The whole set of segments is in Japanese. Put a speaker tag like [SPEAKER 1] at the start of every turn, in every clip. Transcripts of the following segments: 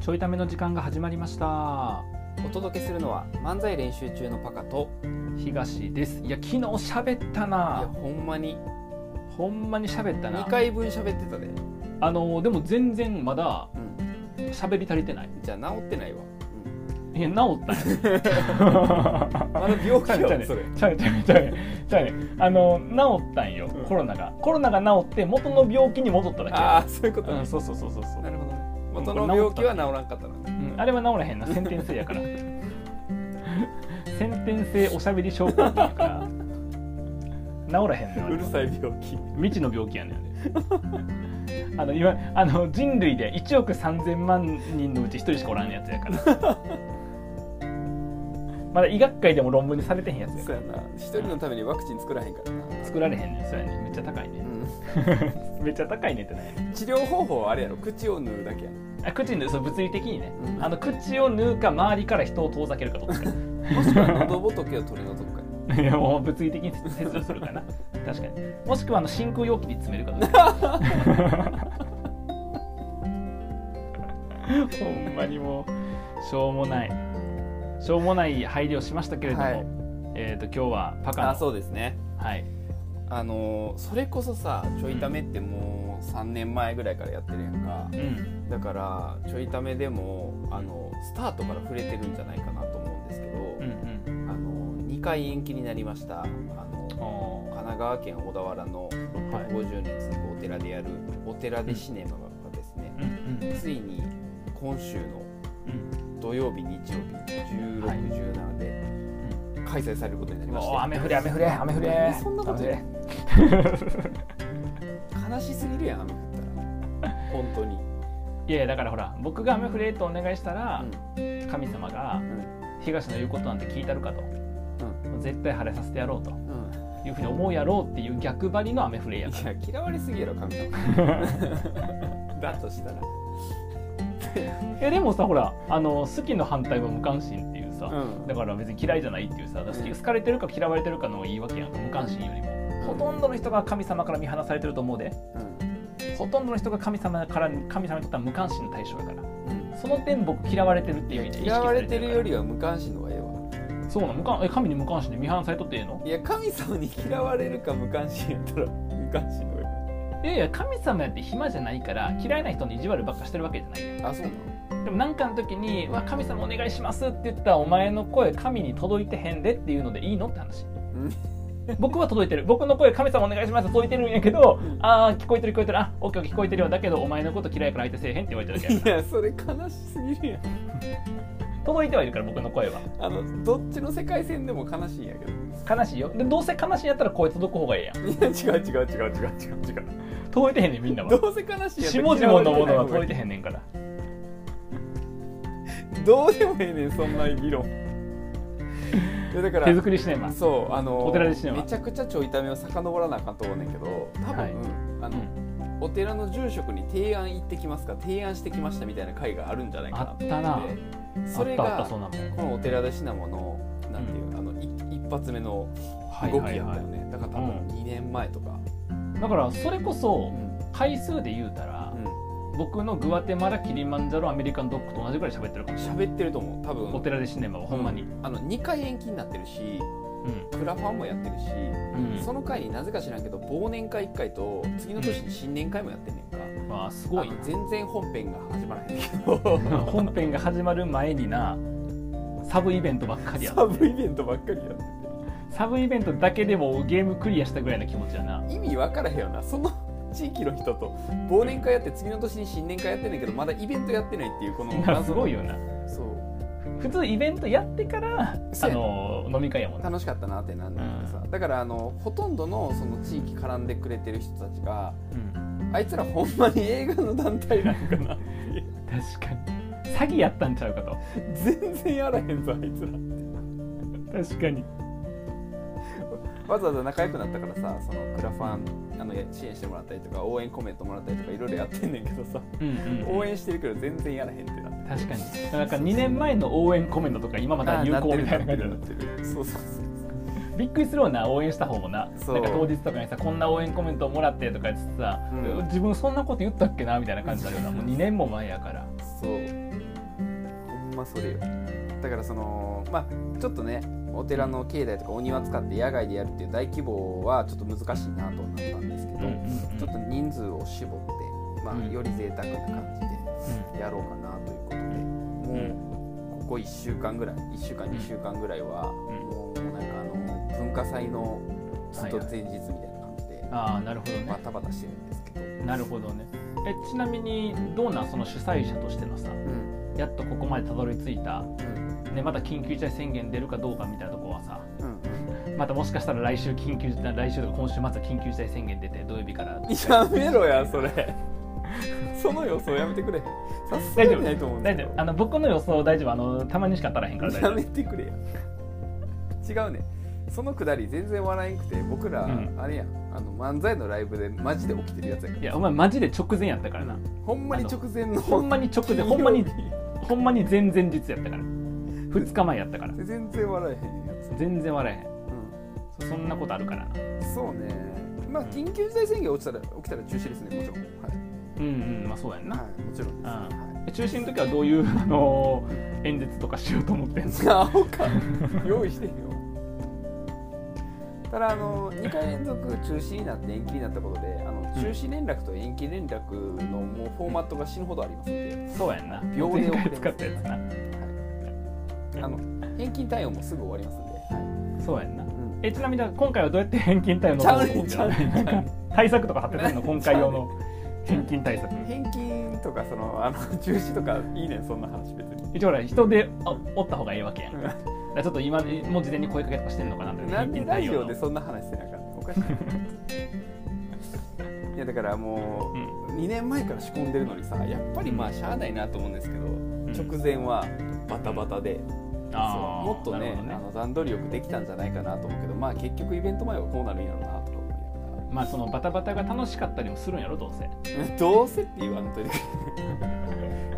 [SPEAKER 1] ちょいための時間が始まりました
[SPEAKER 2] お届けするのは漫才練習中のパカと
[SPEAKER 1] 東ですいや昨日喋った
[SPEAKER 2] いや
[SPEAKER 1] な
[SPEAKER 2] ほんまに
[SPEAKER 1] ほんまに喋ったな
[SPEAKER 2] 2回分喋ってたで、
[SPEAKER 1] あのでも全然まだ
[SPEAKER 2] うん、
[SPEAKER 1] 喋り足りてない
[SPEAKER 2] じゃあ治ってないわ、うん
[SPEAKER 1] いや治ったんよ
[SPEAKER 2] まだ病気
[SPEAKER 1] ちゃうちゃう
[SPEAKER 2] よ
[SPEAKER 1] ね
[SPEAKER 2] それ
[SPEAKER 1] ちゃうねちゃうねちゃうねちゃうねあの治ったんよ、
[SPEAKER 2] うん
[SPEAKER 1] コロナがコロナが治って元の病気に戻っただけ
[SPEAKER 2] ああそういうこと
[SPEAKER 1] う
[SPEAKER 2] ね
[SPEAKER 1] ん、そうそうそうそうそう、
[SPEAKER 2] なるほどね元の病気は治らんかっ
[SPEAKER 1] う
[SPEAKER 2] たな
[SPEAKER 1] んあれは治らへんな先天性やから 先天性おしゃべり症候群やから治らへんのよあ
[SPEAKER 2] う
[SPEAKER 1] れ
[SPEAKER 2] るさい病気
[SPEAKER 1] 未知の病気やねんあれあのいわあの人類で1億3000万人のうち1人しかおらんやつやからまだ医学界でも論文にされてへんやつや
[SPEAKER 2] そ
[SPEAKER 1] か
[SPEAKER 2] うやな一人のためにワクチン作らへんからな、
[SPEAKER 1] ら作られへんねんそうやねんめっちゃ高いね
[SPEAKER 2] うん
[SPEAKER 1] めっちゃ高いねんってね
[SPEAKER 2] ん、治療方法はあれやろ口を縫うだけ やん
[SPEAKER 1] あ口にそう物理的にね、
[SPEAKER 2] うん
[SPEAKER 1] あの口を縫うか周りから人を遠ざけるかどっちか
[SPEAKER 2] もしくは喉仏を取り除くか
[SPEAKER 1] いやもう物理的に切除するかな確かにもしくはあの真空容器に詰めるかどう かほんまにもうしょうもないしょうもない配慮をしましたけれども、
[SPEAKER 2] はい
[SPEAKER 1] えっ、と今日はパカ
[SPEAKER 2] あ
[SPEAKER 1] の
[SPEAKER 2] そうですね
[SPEAKER 1] はい
[SPEAKER 2] あのーそれこそさちょいためってもう3年前ぐらいからやってるやんか
[SPEAKER 1] うん
[SPEAKER 2] だからちょいためでもあのスタートから触れてるんじゃないかなと思うんですけど、
[SPEAKER 1] うん
[SPEAKER 2] あの2回延期になりましたあの
[SPEAKER 1] うん
[SPEAKER 2] 神
[SPEAKER 1] お
[SPEAKER 2] 奈川県小田原の
[SPEAKER 1] ーはい
[SPEAKER 2] 50年続くお寺でやるお寺でシネマがですね
[SPEAKER 1] う、んうん
[SPEAKER 2] ついに今週の
[SPEAKER 1] うん
[SPEAKER 2] 土曜日日曜日16、
[SPEAKER 1] はい
[SPEAKER 2] 17で開催されることになりまし
[SPEAKER 1] おー
[SPEAKER 2] た
[SPEAKER 1] 雨降れ雨降れ雨降れ
[SPEAKER 2] そんなこと
[SPEAKER 1] 雨降れ
[SPEAKER 2] 悲しすぎるやん雨降っ たら本当に、
[SPEAKER 1] いやいやだからほら僕が雨降れとお願いしたら、神様が
[SPEAKER 2] うん
[SPEAKER 1] 東の言うことなんて聞いたるかと、絶対晴れさせてやろうと
[SPEAKER 2] うんうん
[SPEAKER 1] いうふうに思うやろうっていう逆張りの雨降れや
[SPEAKER 2] い
[SPEAKER 1] か
[SPEAKER 2] や嫌われすぎやろ神 様だとしたら、
[SPEAKER 1] らえでもさほらあの好きの反対は無関心っていうさ、
[SPEAKER 2] うん
[SPEAKER 1] だから別に嫌いじゃないっていうさだから好き
[SPEAKER 2] うん
[SPEAKER 1] 好かれてるか嫌われてるかの言い訳やんか無関心よりも、
[SPEAKER 2] ん
[SPEAKER 1] ほとんどの人が神様から見放されてると思うでほとんどの人が神様から神様にとっては無関心の対象やから
[SPEAKER 2] うん
[SPEAKER 1] その点僕嫌われてるっていう意味で意識
[SPEAKER 2] 嫌わ
[SPEAKER 1] さ
[SPEAKER 2] れ
[SPEAKER 1] れて
[SPEAKER 2] て
[SPEAKER 1] る
[SPEAKER 2] る
[SPEAKER 1] から
[SPEAKER 2] よりは無関心の方がええわ
[SPEAKER 1] そうなの無関え神に無関心で見放されとってええの
[SPEAKER 2] いや神様に嫌われるか無関心やったら無関心の方がい
[SPEAKER 1] いやいや神様やって暇じゃないから嫌いな人に意地悪ばっかしてるわけじゃないやん
[SPEAKER 2] いあそうな
[SPEAKER 1] でもなんかの時に「わ神様お願いします」って言ったらお前の声神に届いてへんでっていうのでいいのって話
[SPEAKER 2] の
[SPEAKER 1] 僕は届いてる僕の声神様お願いします届いてるんやけどああ聞こえてる聞こえてるあオッケーオッケー聞こえてるよだけどお前のこと嫌いやから相手せえへんって言われてるだけや
[SPEAKER 2] いやそれ悲しすぎるやん
[SPEAKER 1] 届いてはいるから僕の声は
[SPEAKER 2] あのどっちの世界線でも悲しいんやけど
[SPEAKER 1] 悲しいよでどうせ悲しいんやったら声届く方がええやん
[SPEAKER 2] いや違う違う違う違う違う違う
[SPEAKER 1] 届いてへんねんみんなは
[SPEAKER 2] どうせ悲しいんやった
[SPEAKER 1] 下
[SPEAKER 2] ら
[SPEAKER 1] 々
[SPEAKER 2] 嫌われ
[SPEAKER 1] のものは
[SPEAKER 2] てな
[SPEAKER 1] 届い
[SPEAKER 2] い
[SPEAKER 1] てへんねんから
[SPEAKER 2] 方がいいどうでもええねんそんな議論いやだから
[SPEAKER 1] 手作りしてます
[SPEAKER 2] そうあの
[SPEAKER 1] お寺でシネマ
[SPEAKER 2] めちゃくちゃちょい痛めを遡らなあかんと思うねんけど多分、
[SPEAKER 1] はい
[SPEAKER 2] あ
[SPEAKER 1] う
[SPEAKER 2] の、
[SPEAKER 1] ん
[SPEAKER 2] お寺の住職に提案行ってきますか提案してきましたみたいな会があるんじゃないかなと思って
[SPEAKER 1] あったな
[SPEAKER 2] それ
[SPEAKER 1] あったあった
[SPEAKER 2] が
[SPEAKER 1] そんなもん
[SPEAKER 2] このお寺でシナモのなんていう、あのい一発目の
[SPEAKER 1] はい
[SPEAKER 2] 動
[SPEAKER 1] は
[SPEAKER 2] き
[SPEAKER 1] い
[SPEAKER 2] やった
[SPEAKER 1] は
[SPEAKER 2] よね、だから多
[SPEAKER 1] うん
[SPEAKER 2] 分2年前とか、
[SPEAKER 1] いだからそれこ
[SPEAKER 2] う
[SPEAKER 1] そ
[SPEAKER 2] ん
[SPEAKER 1] 回数で言うたら僕のグアテマラキリマンジャロアメリカンドッグと同じぐらい喋ってるかもしれない
[SPEAKER 2] 喋ってると思う多分
[SPEAKER 1] お寺でシネマはほんまに、
[SPEAKER 2] う
[SPEAKER 1] うん
[SPEAKER 2] あの2回延期になってるし
[SPEAKER 1] ん
[SPEAKER 2] クラファンもやってるし、
[SPEAKER 1] うん
[SPEAKER 2] その回になぜか知らんけど忘年会1回と次の年に新年会もやってんねんか、
[SPEAKER 1] まあすごい
[SPEAKER 2] あの全然本編が始まらへんねんけど
[SPEAKER 1] 本編が始まる前になサブイベントばっかりや
[SPEAKER 2] サブイベントばっかりやって
[SPEAKER 1] サブイベントだけでもゲームクリアしたぐらいの気持ちやな
[SPEAKER 2] て意味分からへんよなその地域の人と忘年会やって次の年に新年会やってんねんけどまだイベントやってないっていうこの
[SPEAKER 1] なすごい
[SPEAKER 2] よ
[SPEAKER 1] よな
[SPEAKER 2] そう
[SPEAKER 1] 普通イベントやってからあ
[SPEAKER 2] そうやな
[SPEAKER 1] の飲み会やもんな
[SPEAKER 2] 楽しかったなってなんだけどさ、
[SPEAKER 1] う
[SPEAKER 2] だからあのほとんどのその地域絡んでくれてる人たちが
[SPEAKER 1] うん
[SPEAKER 2] あいつらほんまに映画の団体なん かな
[SPEAKER 1] 確かに詐欺やったんちゃうかと
[SPEAKER 2] 全然やらへんぞあいつら
[SPEAKER 1] 確かに
[SPEAKER 2] わざわざ仲良くなったからさそのクラファンあのや支援してもらったりとか応援コメントもらったりとかいろいろやってんねんけどさ
[SPEAKER 1] うんうんうん
[SPEAKER 2] 応援してるけど全然やらへんってなって
[SPEAKER 1] 確かになんか2年前の応援コメントとか今まだ有効みたいな感じだ
[SPEAKER 2] ってるそうそうそう
[SPEAKER 1] びっくりするよな応援した方もななんか
[SPEAKER 2] そう
[SPEAKER 1] 当日とかにさこんな応援コメントをもらってとか言ってさ、
[SPEAKER 2] うん
[SPEAKER 1] 自分そんなこと言ったっけなみたいな感じだよなもう2年も前やから
[SPEAKER 2] そうまそれよだからそのまあちょっとねお寺の境内とかお庭使って野外でやるっていう大規模はちょっと難しいなとはなったんですけど、
[SPEAKER 1] うんうんうん
[SPEAKER 2] ちょっと人数を絞って、ま
[SPEAKER 1] う
[SPEAKER 2] あ、
[SPEAKER 1] ん
[SPEAKER 2] より贅沢な感じでやろうかなということで、もうここ1週間ぐらい1週間2週間ぐらいは、
[SPEAKER 1] うん
[SPEAKER 2] もうなんかあの文化祭のずっと前日みたいな感じで
[SPEAKER 1] ああなるほどね
[SPEAKER 2] バタバタしてるんですけど、
[SPEAKER 1] なるほどねえちなみにどうなんその主催者としてのさ
[SPEAKER 2] うん
[SPEAKER 1] やっとここまでたどり着いた、
[SPEAKER 2] うん
[SPEAKER 1] ね、また緊急事態宣言出るかどうかみたいなとこはさ
[SPEAKER 2] うん
[SPEAKER 1] またもしかしたら来週緊急事態来週とか今週末は緊急事態宣言出て土曜日から
[SPEAKER 2] やめろやそれその予想やめてくれさすがにないと思うんで
[SPEAKER 1] 大
[SPEAKER 2] すけ
[SPEAKER 1] 丈
[SPEAKER 2] ど
[SPEAKER 1] 夫あの僕の予想大丈夫あのたまにしか当たらへんから大丈
[SPEAKER 2] や
[SPEAKER 1] 夫
[SPEAKER 2] めてくれや違うねそのくだり全然笑えんくて僕ら、
[SPEAKER 1] うん
[SPEAKER 2] あれやんあの漫才のライブでマジで起きてるやつやから
[SPEAKER 1] いやお前マジで直前やったからな
[SPEAKER 2] ほんまに直前の
[SPEAKER 1] ほんまに直前ほんまにほんまに前々日やったから2日前やったから
[SPEAKER 2] 全然笑えへんやつ、
[SPEAKER 1] 全然笑えへんそそんなことあるからな
[SPEAKER 2] うん、そうねまあ緊急事態宣言落ちたら起きたら中止ですねもちろんはい、
[SPEAKER 1] うんうんまあそうやんな
[SPEAKER 2] はい、もちろんです、
[SPEAKER 1] ああ
[SPEAKER 2] はい
[SPEAKER 1] 中心の時はどういう、あのー演説とかしようと思ってんの
[SPEAKER 2] アホか用意してへんよただあの2回連続中止になって延期になったことであの中止連絡と延期連絡のもうフォーマットが死ぬほどありますので、
[SPEAKER 1] そうやんな
[SPEAKER 2] 秒で
[SPEAKER 1] 前回
[SPEAKER 2] 送れます
[SPEAKER 1] 使ったやつな
[SPEAKER 2] はい、あの返金対応もすぐ終わりますので、は
[SPEAKER 1] そうやんない
[SPEAKER 2] うん、
[SPEAKER 1] えちなみに今回はどうやって返金対応の
[SPEAKER 2] ちゃうねんちゃうねんちゃうね
[SPEAKER 1] 対策とか貼ってたの今回用の
[SPEAKER 2] ちゃうねん
[SPEAKER 1] 返金対策
[SPEAKER 2] 返金とかそのあの中止とかいいねんそんな話別に
[SPEAKER 1] 一応ほら人であおった方がいいわけやんだからちょっと今もう事前に声かけとかしてんのかなという
[SPEAKER 2] なんで
[SPEAKER 1] 返金
[SPEAKER 2] ラ
[SPEAKER 1] 対
[SPEAKER 2] ジ
[SPEAKER 1] 応
[SPEAKER 2] オ
[SPEAKER 1] の
[SPEAKER 2] でそんな話してなあ かんねんおかしいないやだからもう2年前から仕込んでるのにさやっぱりまあしゃあないなと思うんですけど、直前はバタバタで、そう
[SPEAKER 1] あー
[SPEAKER 2] もっとね
[SPEAKER 1] なるほど
[SPEAKER 2] あの段取りよくできたんじゃないかなと思うけどまあ結局イベント前はこうなるんやろうなとか思いなが
[SPEAKER 1] まあそのバタバタが楽しかったりもするんやろどうせ
[SPEAKER 2] ら どうせって言わんといて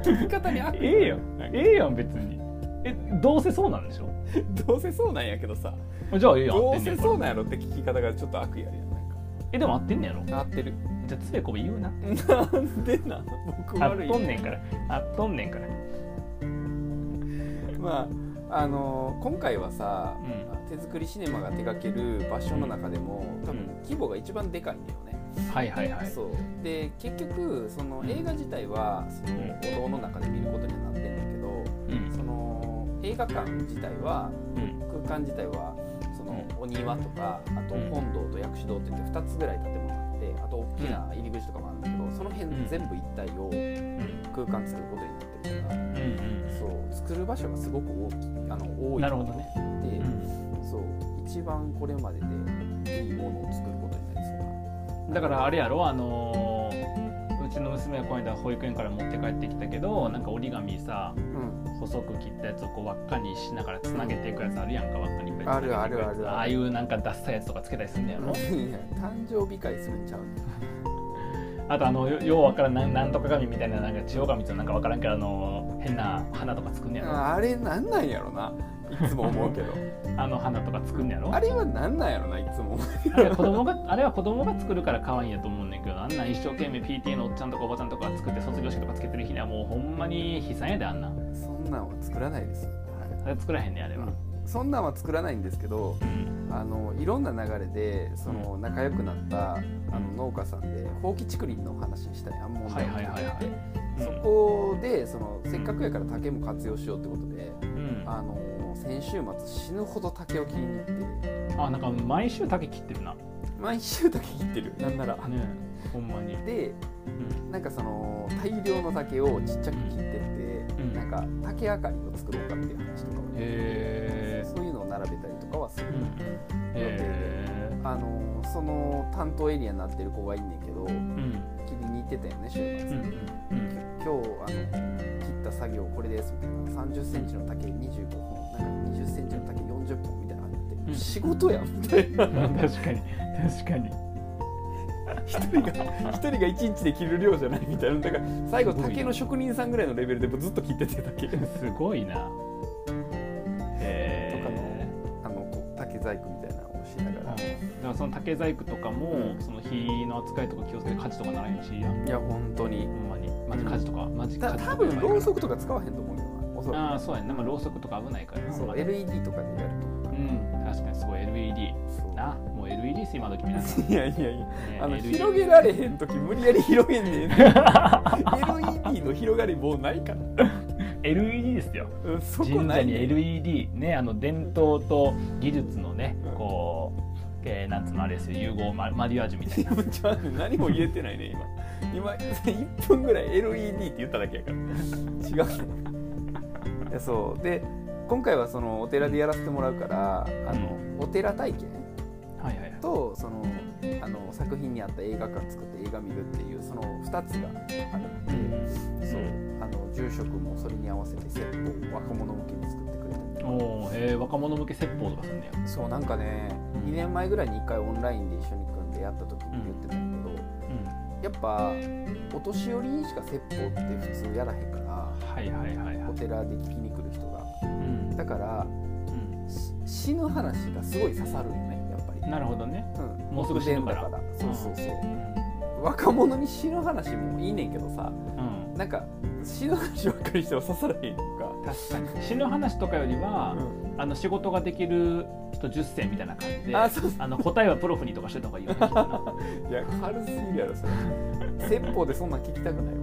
[SPEAKER 2] 聞き方に悪意
[SPEAKER 1] ええよええやん別にえどうせそうなんでしょ
[SPEAKER 2] どうせそうなんやけどさ
[SPEAKER 1] じゃあええやん
[SPEAKER 2] ど
[SPEAKER 1] 合
[SPEAKER 2] う
[SPEAKER 1] ってんね
[SPEAKER 2] せ
[SPEAKER 1] や
[SPEAKER 2] そう
[SPEAKER 1] こ
[SPEAKER 2] なんやろって聞き方がちょっと悪意あるやんなんか
[SPEAKER 1] れえでも合ってんねやろ
[SPEAKER 2] 合ってる
[SPEAKER 1] じゃあつべこべ言うな
[SPEAKER 2] なんでな僕
[SPEAKER 1] あ
[SPEAKER 2] 悪
[SPEAKER 1] っ
[SPEAKER 2] い
[SPEAKER 1] とんねんからあっとんねんから
[SPEAKER 2] まああのー今回はさ、
[SPEAKER 1] う
[SPEAKER 2] 手作りシネマが手掛ける場所の中でも多分規模が一番でかいんだよね、
[SPEAKER 1] はいはいはい
[SPEAKER 2] そうで結局その映画自体はそのお堂の中で見ることにはなってんだけど
[SPEAKER 1] うん
[SPEAKER 2] その映画館自体は
[SPEAKER 1] うん
[SPEAKER 2] 空間自体はそのお庭とかあと本堂と薬師堂っていって2つぐらい建物があってあと大きな入り口とかもあるんだけどその辺全部一体を
[SPEAKER 1] うん
[SPEAKER 2] 空間作ることになってるから
[SPEAKER 1] うんうん
[SPEAKER 2] そう作る場所がすごく大きいあの多い
[SPEAKER 1] なるほどね
[SPEAKER 2] で
[SPEAKER 1] うん
[SPEAKER 2] そう一番これまででいいものを作ることになりそう
[SPEAKER 1] だからあれやろあのーうちの娘がこの間保育園から持って帰ってきたけどなんか折り紙さ
[SPEAKER 2] な、
[SPEAKER 1] 細く切ったやつをこう輪っかにしながらつなげていくやつあるやんか輪っかにいっぱいつなげていくやつ
[SPEAKER 2] あるあるある
[SPEAKER 1] ああいうなんかダッサいやつとかつけたりするんだやろ
[SPEAKER 2] いや誕生日会するんちゃう
[SPEAKER 1] あとあのよようわからんなんなんとか紙みたいななんか千代紙となんかわからんけどあの変な花とか作んねやろ
[SPEAKER 2] あれなんなんやろないつも思う けど
[SPEAKER 1] あの花とか作んねやろ
[SPEAKER 2] あれはなんなんやろないつも思う
[SPEAKER 1] あれは子供があれは子供が作るから可愛いんやと思うねんけどあんなん一生懸命 PTA のおっちゃんとかおばちゃんとかが作って卒業式とかつけてる日にはもうほんまに悲惨やであんなん
[SPEAKER 2] そんなんは作らないです、は
[SPEAKER 1] あれ作らへんねんあれは、
[SPEAKER 2] い、そんなんは作らないんですけど
[SPEAKER 1] うん、
[SPEAKER 2] あのいろんな流れでその仲良くなったあの農家さんでほうき竹林の話したいあんもん
[SPEAKER 1] はいはいはいはい
[SPEAKER 2] そこでそのせっかくやから竹も活用しようってことで、
[SPEAKER 1] うん、あ
[SPEAKER 2] あの先週末死ぬほど竹を切りに行って
[SPEAKER 1] なんか毎週竹切ってるなね
[SPEAKER 2] 毎週竹切ってるなんなら、
[SPEAKER 1] ほんまに、
[SPEAKER 2] で
[SPEAKER 1] うん、
[SPEAKER 2] なんかその大量の竹をちっちゃく切ってって、
[SPEAKER 1] うん
[SPEAKER 2] なんか竹あかりを作ろうかっていう話とかを、
[SPEAKER 1] へ
[SPEAKER 2] そういうのを並べたりとかはする、
[SPEAKER 1] うんへ
[SPEAKER 2] あのその担当エリアになってる子がいんねんけど
[SPEAKER 1] ーうん
[SPEAKER 2] 切りに行ってたよね週末、
[SPEAKER 1] うんうん
[SPEAKER 2] 今日あの切った作業これですみたいな3 0ンチの竹25本なんか2 0ンチの竹40本みたいなのあって、
[SPEAKER 1] うん
[SPEAKER 2] 仕事やんみたいな
[SPEAKER 1] 確かに確かに
[SPEAKER 2] 一人が一人が1日で切る量じゃないみたいなだから最後竹の職人さんぐらいのレベルでもうずっと切ってて竹。
[SPEAKER 1] すごいな
[SPEAKER 2] とか
[SPEAKER 1] へー
[SPEAKER 2] のあのこう竹細工みたいなのをしなが
[SPEAKER 1] だ
[SPEAKER 2] ら、
[SPEAKER 1] からその竹細工とかも、
[SPEAKER 2] うん
[SPEAKER 1] その火の扱いとか気をつけて火事とかならへんしやん
[SPEAKER 2] いや本当に
[SPEAKER 1] ほんまにマジ火事とか、マジ火
[SPEAKER 2] た
[SPEAKER 1] 事とか
[SPEAKER 2] 多分ろうそ
[SPEAKER 1] く
[SPEAKER 2] くとか使わへんと思うけどなおおそら
[SPEAKER 1] ああそうやんな、まあ、ろうそくとか危ないから
[SPEAKER 2] く
[SPEAKER 1] な
[SPEAKER 2] そう
[SPEAKER 1] まだ
[SPEAKER 2] LED とかでやると
[SPEAKER 1] う
[SPEAKER 2] か
[SPEAKER 1] ん確かにすごい LED
[SPEAKER 2] そう
[SPEAKER 1] なもう LED です今時皆さん、ね、
[SPEAKER 2] いやいやいやあの
[SPEAKER 1] LED
[SPEAKER 2] 広げられへん時無理やり広げん ねん LED の広がり棒ないから
[SPEAKER 1] LED ですよ
[SPEAKER 2] うんそこ
[SPEAKER 1] 神
[SPEAKER 2] な
[SPEAKER 1] 社
[SPEAKER 2] い
[SPEAKER 1] に
[SPEAKER 2] ねん
[SPEAKER 1] LED ねあの伝統と技術のね
[SPEAKER 2] うん
[SPEAKER 1] こう、えーなんつうのあれですよ融合ママリアージュみたい
[SPEAKER 2] い
[SPEAKER 1] な
[SPEAKER 2] やちょっと待って何も言えてないね今今1分ぐらい LED って言っただけやから違うね いやそうで今回はそのお寺でやらせてもらうからあの、お寺体験
[SPEAKER 1] はいはいはい
[SPEAKER 2] とそのあの作品にあった映画館作って映画見るっていうその2つがあるので、そうあの住職もそれに合わせて説法を若者向けに作ってくれたり
[SPEAKER 1] うんおーえー若者向け説法とかするんだよ、
[SPEAKER 2] そうなんかね、
[SPEAKER 1] うん
[SPEAKER 2] 2年前ぐらいに1回オンラインで一緒に組んでやった時に言ってたんだけど、やっぱお年寄りにしか説法って普通やらへんか
[SPEAKER 1] う
[SPEAKER 2] ら
[SPEAKER 1] ん、はいはいはいは
[SPEAKER 2] お
[SPEAKER 1] い、
[SPEAKER 2] 寺で聞きに来る人が
[SPEAKER 1] うん
[SPEAKER 2] だから
[SPEAKER 1] う
[SPEAKER 2] し死ぬ話がすごい刺さるよねやっぱり
[SPEAKER 1] ん、なるほどね
[SPEAKER 2] うん
[SPEAKER 1] もうすぐ死ぬから
[SPEAKER 2] 目前だそうそうそううん若者に死ぬ話もいいねんけど
[SPEAKER 1] う
[SPEAKER 2] さ
[SPEAKER 1] ん
[SPEAKER 2] なんか死ぬ話ばっかりしては刺されへんとか、
[SPEAKER 1] 確かに死ぬ話とかよりは、あの仕事ができる人10選みたいな感じで
[SPEAKER 2] あそうそ
[SPEAKER 1] あの答えはプロフにとかしてた方がいい よねきっとな
[SPEAKER 2] ういや軽すぎるやろそ れ説法でそんなん聞きたくない わ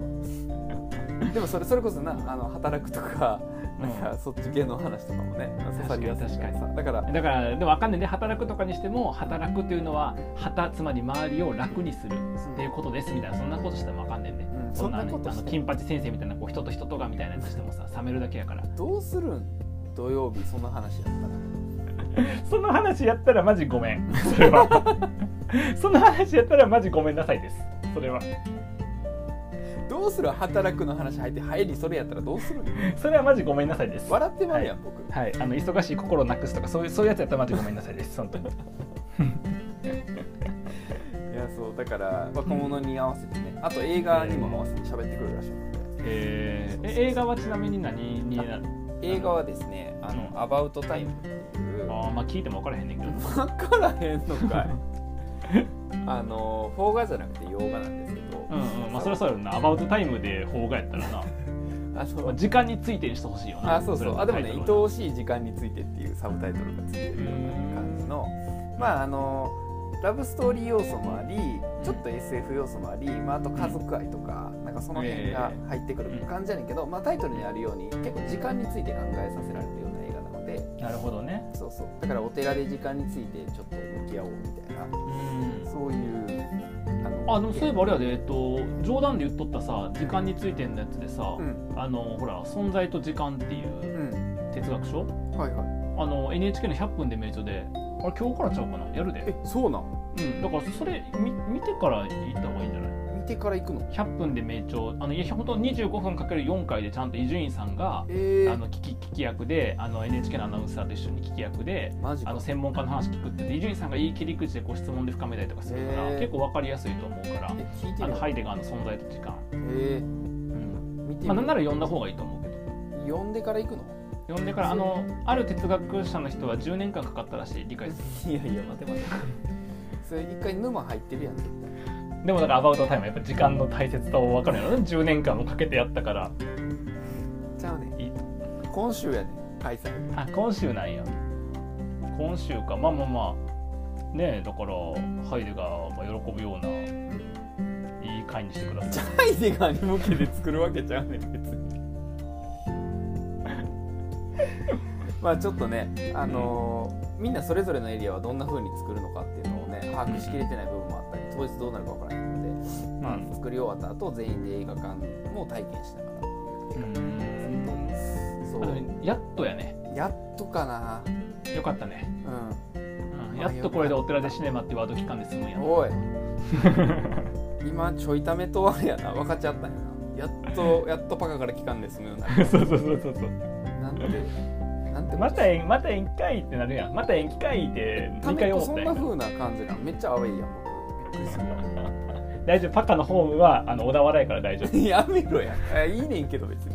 [SPEAKER 2] でもそれそれこそなあの働くとかなんかそっち系の話とかもね刺さりやすいからさだから
[SPEAKER 1] だからでもわかんないね働くとかにしても働くというのは旗つまり周りを楽にするっていうことですみたいなそんなことしてもわかんないね、
[SPEAKER 2] うん
[SPEAKER 1] こんなね
[SPEAKER 2] そんなこと
[SPEAKER 1] あ
[SPEAKER 2] して
[SPEAKER 1] の金八先生みたいなこう人と人とがみたいなやつしてもさ冷めるだけやから
[SPEAKER 2] どうするん土曜日その話やったら
[SPEAKER 1] その話やったらマジごめんそれ はその話やったらマジごめんなさいですそれは
[SPEAKER 2] どうする働くの話入って入りそれやったらどうするん
[SPEAKER 1] それはマジごめんなさいです
[SPEAKER 2] 笑ってまうやん、僕
[SPEAKER 1] はい、あの忙しい心をなくすとかそういうそういうやつやったらマジごめんなさい です本当に。
[SPEAKER 2] いやそうだから若者に合わせてねあと映画にも合わせて喋ってくるらしいので
[SPEAKER 1] え
[SPEAKER 2] ー
[SPEAKER 1] 映画はちなみに何になる
[SPEAKER 2] 映画はですね「あのアバウトタイム」っていう
[SPEAKER 1] あーまあ聞いても分からへんねんけど。
[SPEAKER 2] 分からへんのかいあの邦画じゃなくて洋画なんですけど、
[SPEAKER 1] うんうん、まあそりゃそうやろな。アバウトタイムで邦画やったら な。
[SPEAKER 2] あの
[SPEAKER 1] まあ、時間についてにしてほしいよな。
[SPEAKER 2] あそうそう
[SPEAKER 1] れ
[SPEAKER 2] あでもね
[SPEAKER 1] タ
[SPEAKER 2] 「
[SPEAKER 1] イ
[SPEAKER 2] 愛
[SPEAKER 1] トルは
[SPEAKER 2] おしい時間について」っていうサブタイトルがついてるような感じのまああのラブストーリー要素もありちょっと SF 要素もあり、まあ、あと家族愛とかなんかその辺が入ってくる
[SPEAKER 1] ええ
[SPEAKER 2] 感じやねんけど、まあ、タイトルにあるように結構時間について考えさせられるような映画なので
[SPEAKER 1] なるほどね。
[SPEAKER 2] そうそうだからお寺で時間についてちょっと向き合おうみたいな
[SPEAKER 1] うん。
[SPEAKER 2] そういうあの
[SPEAKER 1] あでもそういえばあれやで、えっと、冗談で言っとったさ時間についてのやつでさ、
[SPEAKER 2] うん
[SPEAKER 1] あのほら「存在と時間」っていううん哲学書
[SPEAKER 2] はいはい
[SPEAKER 1] あの NHK の「100分で名著で」あれ今日からちゃうかなやるで
[SPEAKER 2] えそうなん
[SPEAKER 1] うん、だからそれ見見てから行った方がいいんじゃない
[SPEAKER 2] 見てから行くの
[SPEAKER 1] ?100 分で名著あのいや本当25分かける4回でちゃんと伊集院さんが、
[SPEAKER 2] えー、
[SPEAKER 1] あの聞き聞き役であの NHK のアナウンサーと一緒に聞き役で
[SPEAKER 2] マジ
[SPEAKER 1] あ
[SPEAKER 2] か
[SPEAKER 1] の専門家の話聞くって言って伊集院さんがいい切り口でこう質問で深めたりとかするから、
[SPEAKER 2] へー
[SPEAKER 1] 結構わかりやすいと思うから
[SPEAKER 2] え聞いて
[SPEAKER 1] あの
[SPEAKER 2] みよう
[SPEAKER 1] ハイデガーの存在と時間、
[SPEAKER 2] え
[SPEAKER 1] うん
[SPEAKER 2] ー見てみ
[SPEAKER 1] まあ、なんな
[SPEAKER 2] ら
[SPEAKER 1] ら読んだ方がいいと思うけど
[SPEAKER 2] 読んでから行くの
[SPEAKER 1] 読んでからあのある哲学者の人は10年間かかったらしい理解する
[SPEAKER 2] いやいや待て待て それ一回沼入ってるやん
[SPEAKER 1] でもだからアバウトタイムはやっぱ時間の大切さを分かるやろね10年間もかけてやったから
[SPEAKER 2] ちゃう
[SPEAKER 1] い
[SPEAKER 2] ね今週やね開催
[SPEAKER 1] あ今週なんや今週かまあまあまあねえだからハイデガーが喜ぶようないい回にしてください
[SPEAKER 2] ハイデガーに向けて作るわけちゃうねん別 にまあちょっとねあのーみんなそれぞれのエリアはどんな風に作るのかっていうのをね把握しきれてない部分もあったり当日どうなるかわからないので、ま
[SPEAKER 1] うん
[SPEAKER 2] あ、作り終わった後全員で映画館も体験しながらっていう映画
[SPEAKER 1] あ
[SPEAKER 2] 館、
[SPEAKER 1] のやっとやね
[SPEAKER 2] そうやっとかな
[SPEAKER 1] よかったね、
[SPEAKER 2] うん
[SPEAKER 1] うんやっとこれでお寺でシネマってワード期間で済むんやな
[SPEAKER 2] おい今ちょいためとあれやな分かっちゃったんやなやっとやっとパカから聞かんですむようにな
[SPEAKER 1] そうそうそうそうそう
[SPEAKER 2] なんてなんて
[SPEAKER 1] また延また延期会ってなるやんまた延期会って
[SPEAKER 2] た
[SPEAKER 1] 2
[SPEAKER 2] め
[SPEAKER 1] 回
[SPEAKER 2] と
[SPEAKER 1] 思っ
[SPEAKER 2] そ
[SPEAKER 1] たや
[SPEAKER 2] んなん
[SPEAKER 1] か
[SPEAKER 2] 風な感じなんめっちゃアウェイやん僕びっくりするわ
[SPEAKER 1] 大丈夫パカのホ ームはあの小田原やから大丈夫
[SPEAKER 2] やめろやいやいいねんけど別に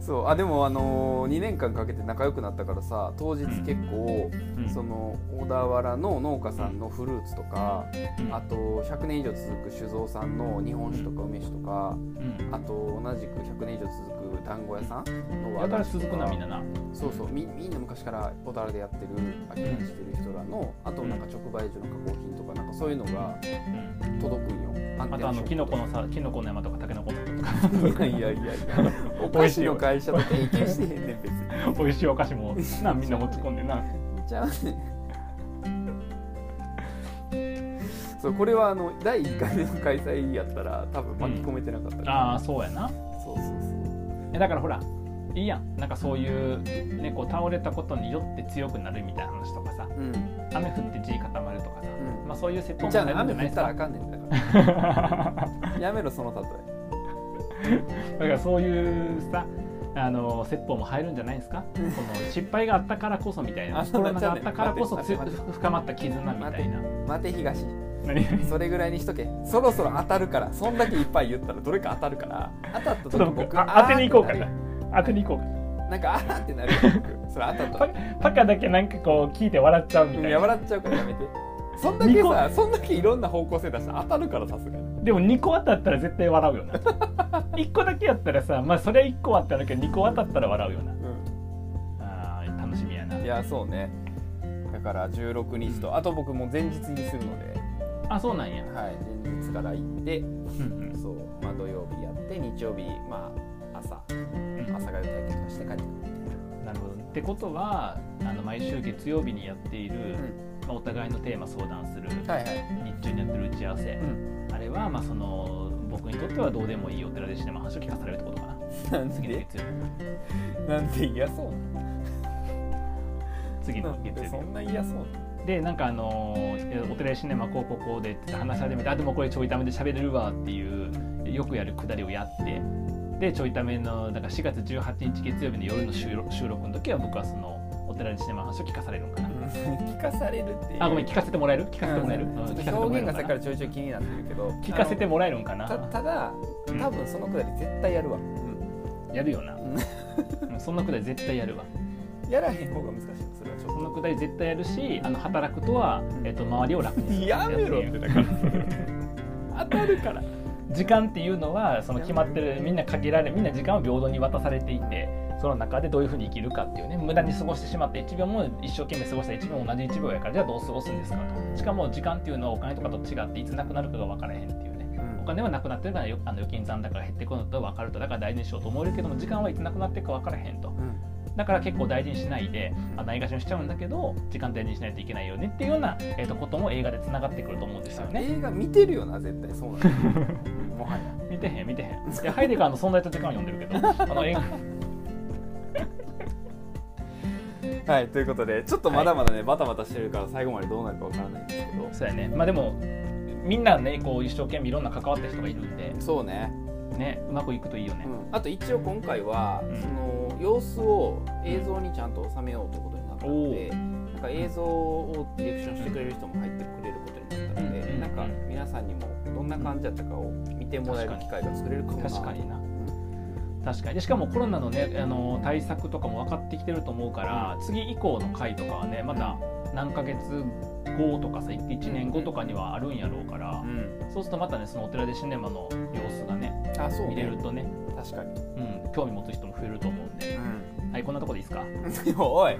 [SPEAKER 2] そうあでもあの2年間かけて仲良くなったからさ当日結構、
[SPEAKER 1] うん
[SPEAKER 2] その小田原の農家さんのフルーツとか、
[SPEAKER 1] うん
[SPEAKER 2] あと100年以上続く酒造さんの日本酒とか梅酒と
[SPEAKER 1] う
[SPEAKER 2] か、
[SPEAKER 1] ん
[SPEAKER 2] あと同じく100年以上続く団子屋さんの
[SPEAKER 1] やか
[SPEAKER 2] 和菓
[SPEAKER 1] ら
[SPEAKER 2] 子と
[SPEAKER 1] 続くなみんなな
[SPEAKER 2] そうそうみみんな昔から小田原でやってる空き家してる人らのあとなんか直売所の加工品とかなんかそういうのが
[SPEAKER 1] うん
[SPEAKER 2] 届くんよアン
[SPEAKER 1] あ
[SPEAKER 2] テ
[SPEAKER 1] とあ
[SPEAKER 2] ナシ
[SPEAKER 1] の
[SPEAKER 2] ョップ
[SPEAKER 1] キノコのさキノコの山とかタケノコの 山とか
[SPEAKER 2] いやいやいやいやお菓子の会社と提携してへんねん別に
[SPEAKER 1] 美味しいお菓子もなみんな持ち込んでな
[SPEAKER 2] ちゃうねそうこれはあの第1回目の開催やったら多分巻き込めてなかったから、
[SPEAKER 1] ああそうやな
[SPEAKER 2] そうそう
[SPEAKER 1] えだからほらいいやんなんかそういう,、ね、こう倒れたことによって強くなるみたいな話とかさ
[SPEAKER 2] そううん
[SPEAKER 1] 雨降って地固まるとかさ、
[SPEAKER 2] うん
[SPEAKER 1] まあ、そういう説法
[SPEAKER 2] じゃ
[SPEAKER 1] も
[SPEAKER 2] あ
[SPEAKER 1] なる
[SPEAKER 2] 雨
[SPEAKER 1] んじゃ
[SPEAKER 2] 降
[SPEAKER 1] ない
[SPEAKER 2] っ
[SPEAKER 1] です
[SPEAKER 2] たら
[SPEAKER 1] か
[SPEAKER 2] あかんねんだからやめろその例
[SPEAKER 1] だからそういうさあの説法も入るんじゃないですかこの失敗があったからこそみたい
[SPEAKER 2] あ
[SPEAKER 1] な
[SPEAKER 2] そ
[SPEAKER 1] コ
[SPEAKER 2] うな
[SPEAKER 1] ロ
[SPEAKER 2] ん
[SPEAKER 1] ナ
[SPEAKER 2] ちゃ
[SPEAKER 1] があ
[SPEAKER 2] うね
[SPEAKER 1] ったからこそ
[SPEAKER 2] 待って
[SPEAKER 1] つ
[SPEAKER 2] 待って
[SPEAKER 1] 深まった絆みたいな
[SPEAKER 2] え待て東
[SPEAKER 1] 何ち
[SPEAKER 2] それぐらいにしとけそろそろ当たるからそんだけいっぱい言ったらどれか当たるから当たった
[SPEAKER 1] ょっと
[SPEAKER 2] 時
[SPEAKER 1] 僕
[SPEAKER 2] 僕
[SPEAKER 1] あ当てに行こうか
[SPEAKER 2] あー
[SPEAKER 1] な当
[SPEAKER 2] ってる
[SPEAKER 1] てに行こうか
[SPEAKER 2] なんかあーってなるよ 僕それ当たった
[SPEAKER 1] パ
[SPEAKER 2] ら
[SPEAKER 1] パカだけなんかこう聞いて笑っちゃうみ
[SPEAKER 2] う
[SPEAKER 1] たい
[SPEAKER 2] んい
[SPEAKER 1] な
[SPEAKER 2] や笑っちゃうからやめてそんだけさそんだけいろんな方向性出したら当たるからさすがに
[SPEAKER 1] でも2個当たったら絶対笑うよな1 個だけやったらさまあそれは1個あったんだけど2個当たったら笑うよな
[SPEAKER 2] うん
[SPEAKER 1] あー楽しみやない
[SPEAKER 2] やそうねだから16日と、あと僕も前日にするので、
[SPEAKER 1] あそうなんや、
[SPEAKER 2] はい、前日から行って
[SPEAKER 1] うん
[SPEAKER 2] そう、まあ、土曜日やって日曜日、まあ、朝
[SPEAKER 1] うんうん
[SPEAKER 2] 朝がゆ体験として帰ってくるみたい
[SPEAKER 1] なるほどってことはあの毎週月曜日にやっている、まあ、お互いのテーマ相談する
[SPEAKER 2] な、はいはい、
[SPEAKER 1] 日中にやってる打ち合わせ、あれはまあその僕にとってはどうでもいいお寺でしても話を聞かされるってことかな
[SPEAKER 2] なん
[SPEAKER 1] 次の
[SPEAKER 2] で
[SPEAKER 1] 月曜
[SPEAKER 2] なんで嫌そう
[SPEAKER 1] 日次
[SPEAKER 2] な
[SPEAKER 1] の
[SPEAKER 2] ん
[SPEAKER 1] 月
[SPEAKER 2] で
[SPEAKER 1] 曜
[SPEAKER 2] そんな嫌そうな
[SPEAKER 1] 日でなんかあのーお寺でシネマこうこうこうでって話し始めてあでもこれちょいためで喋れるわっていうよくやるくだりをやってでちょいためのだから4月18日月曜日の夜の収録収録の時は僕はそのお寺でシネマの話を聞かされるのかな、
[SPEAKER 2] 聞かされるっていう
[SPEAKER 1] あごめん聞かせてもらえる聞かせてもらえる、
[SPEAKER 2] うん
[SPEAKER 1] うん聞かせ
[SPEAKER 2] ちょ
[SPEAKER 1] て
[SPEAKER 2] っと
[SPEAKER 1] もら
[SPEAKER 2] 表
[SPEAKER 1] える
[SPEAKER 2] 現
[SPEAKER 1] の
[SPEAKER 2] が
[SPEAKER 1] か
[SPEAKER 2] さっ
[SPEAKER 1] な
[SPEAKER 2] きからちょいちょい気になってるけど
[SPEAKER 1] 聞かせてもらえるんかな
[SPEAKER 2] あのたただ
[SPEAKER 1] うん
[SPEAKER 2] 多分そのくだり絶対やるわ、
[SPEAKER 1] やるよな、うんそんなくだり絶対やるわ
[SPEAKER 2] やらへん方が難しいそれはち
[SPEAKER 1] その
[SPEAKER 2] ょ
[SPEAKER 1] くだり絶対やるしあの働くとは、えっと周りを楽に
[SPEAKER 2] っ
[SPEAKER 1] する
[SPEAKER 2] と やめろってだから当たるから
[SPEAKER 1] 時間っていうのはその決まってるみんな限られみんな時間を平等に渡されていてその中でどういうふうに生きるかっていうね無駄に過ごしてしまった1秒も一生懸命過ごした1秒も同じ1秒やからじゃあどう過ごすんですかとしかも時間っていうのはお金とかと違っていつなくなるかが分からへんっていうねお金はなくなってるからよあの預金残高が減ってくるのと分かるとだから大事にしようと思えるけども時間はいつなくなっていくか分からへんと
[SPEAKER 2] うん
[SPEAKER 1] だから結構大事にしないであないがしろにしちゃうんだけど時間大事にしないといけないよねっていうような、えー、とことも映画でつながってくると思うんですよね。
[SPEAKER 2] 映画見てるよな絶対そう なんだよもはや
[SPEAKER 1] 見てへん見てへん。いやハイデガーの存在と時間を読んでるけどあの映画
[SPEAKER 2] はいということでちょっとまだまだね、バタバタしてるから最後までどうなるかわからないんですけど
[SPEAKER 1] そうやねまあでもみんなねこう一生懸命いろんな関わった人がいるんで
[SPEAKER 2] そうね、
[SPEAKER 1] ねうまくいくといいよね
[SPEAKER 2] う。ん、あと一応今回は、
[SPEAKER 1] うん
[SPEAKER 2] その様子を映像にちゃんと収めようということになったので
[SPEAKER 1] お
[SPEAKER 2] なんか映像をディレクションしてくれる人も入ってくれることになったので、
[SPEAKER 1] うん
[SPEAKER 2] なんか皆さんにもどんな感じだったかを見てもらえる機会が作れるかもな
[SPEAKER 1] 確かにな
[SPEAKER 2] うん
[SPEAKER 1] 確かにでしかもコロナのねあの対策とかも分かってきてると思うから次以降の回とかはねまた何ヶ月後とかさ1年後とかにはあるんやろうからそうするとまたねそのお寺でシネマの様子がね
[SPEAKER 2] うんあそう
[SPEAKER 1] 見れ
[SPEAKER 2] ね
[SPEAKER 1] るとね、
[SPEAKER 2] 確かに、
[SPEAKER 1] うん、興味持つ人も増えると思うんで、はい、こんなとこでいいですか。も
[SPEAKER 2] でも おい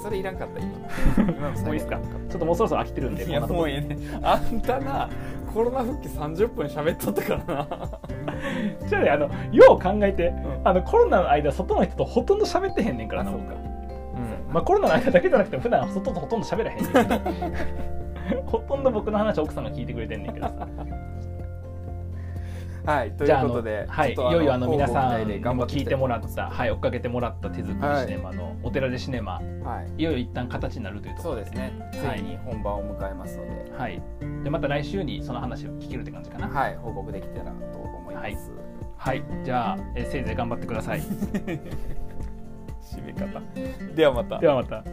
[SPEAKER 2] それいらんかった今 今の最後
[SPEAKER 1] ういいですか。ちょっともうそろそろ飽きてるんで、
[SPEAKER 2] い
[SPEAKER 1] こん
[SPEAKER 2] や
[SPEAKER 1] なと
[SPEAKER 2] も
[SPEAKER 1] こ
[SPEAKER 2] うええねあんたなコロナ復帰30分喋っとったからな
[SPEAKER 1] じゃあね、あの、よう考えて、
[SPEAKER 2] ん
[SPEAKER 1] あの、コロナの間、外の人とほとんど喋ってへんねんからな。僕うんまあ、コロナの間だけじゃなくて、普段外とほとんど喋らへんねんけど。ほとんど僕の話、奥さんが聞いてくれてんねんけどさ。
[SPEAKER 2] はい とい
[SPEAKER 1] じゃあ、
[SPEAKER 2] う
[SPEAKER 1] あ
[SPEAKER 2] こと
[SPEAKER 1] の
[SPEAKER 2] で、
[SPEAKER 1] はい、い
[SPEAKER 2] ちょっと
[SPEAKER 1] よいよ、あの、皆
[SPEAKER 2] 乞うご
[SPEAKER 1] さ
[SPEAKER 2] 期
[SPEAKER 1] ん、
[SPEAKER 2] 待で頑張って
[SPEAKER 1] 聞いてもらった、はい、追っかけてもらった手作り
[SPEAKER 2] はい
[SPEAKER 1] シネマの、お寺でシネマ。
[SPEAKER 2] らはい
[SPEAKER 1] いよいよ一旦形になるというとこ
[SPEAKER 2] そ
[SPEAKER 1] ろ
[SPEAKER 2] うですね
[SPEAKER 1] はい
[SPEAKER 2] ついに本番を迎えますので
[SPEAKER 1] はい。で、また来週に、その話を聞けるって感じかな。
[SPEAKER 2] はい報告できたらと思います、
[SPEAKER 1] はいはい、じゃあ、 えーせいぜい頑張ってください。
[SPEAKER 2] 締め方ではまた
[SPEAKER 1] ではまた。